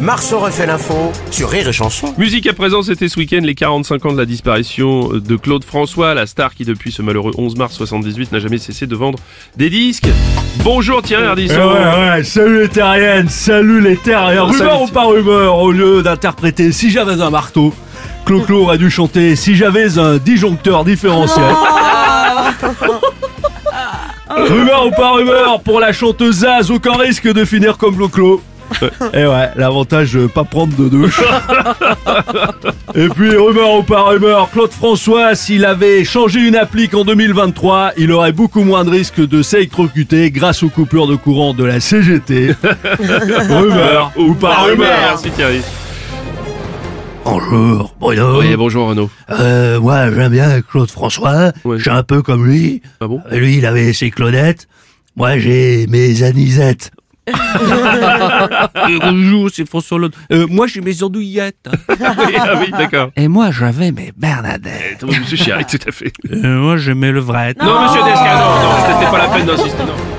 Marceau refait l'info sur Rire et Chanson. Musique à présent, c'était ce week-end les 45 ans de la disparition euh, de Claude François, la star qui depuis ce malheureux 11 mars 78 n'a jamais cessé de vendre des disques. Bonjour Thierry Ardisson. Euh, Eh Ouais, ouais, salut les terriennes, salut les terriens. Salut, Rumeur ou Thi- pas rumeur, au lieu d'interpréter Si j'avais un marteau, Clo-Clo aurait dû chanter Si j'avais un disjoncteur différentiel. rumeur ou pas rumeur, pour la chanteuse Zaz, aucun risque de finir comme Clo-Clo. Et Eh ouais, l'avantage de pas prendre de douche. Et puis, rumeur ou pas rumeur, Claude François, s'il avait changé une applique en 2023, il aurait beaucoup moins de risques de s'électrocuter grâce aux coupures de courant de la CGT. rumeur ou pas rumeur Merci Thierry. Bonjour, Bruno. Oui, bonjour Renaud. Euh, moi, j'aime bien Claude François. Ouais. Je suis un peu comme lui. Ah bon Euh, Lui, il avait ses Claudettes. Moi, j'ai mes Anisettes. Bonjour, c'est François Hollande. Euh, moi, j'ai mes andouillettes. Oui, ah oui, d'accord. Et moi, j'avais mes Bernadette. Monsieur Chiari, tout à fait. moi, j'aimais le vrai. Non, monsieur Desca, non, non, c'était pas la peine d'insister. non.